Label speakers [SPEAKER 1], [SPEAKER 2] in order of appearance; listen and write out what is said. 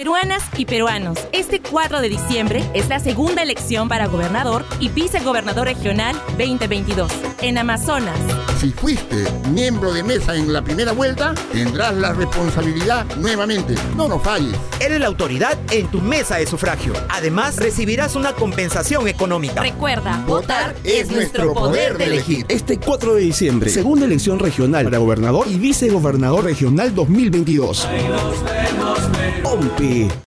[SPEAKER 1] Peruanas y peruanos, este 4 de diciembre es la segunda elección para gobernador y vicegobernador regional 2022 en Amazonas.
[SPEAKER 2] Si fuiste miembro de mesa en la primera vuelta, tendrás la responsabilidad nuevamente. No nos falles.
[SPEAKER 3] Eres la autoridad en tu mesa de sufragio. Además, recibirás una compensación económica.
[SPEAKER 1] Recuerda, votar es nuestro poder de elegir.
[SPEAKER 4] Este 4 de diciembre, segunda elección regional para gobernador y vicegobernador regional 2022. Pompe.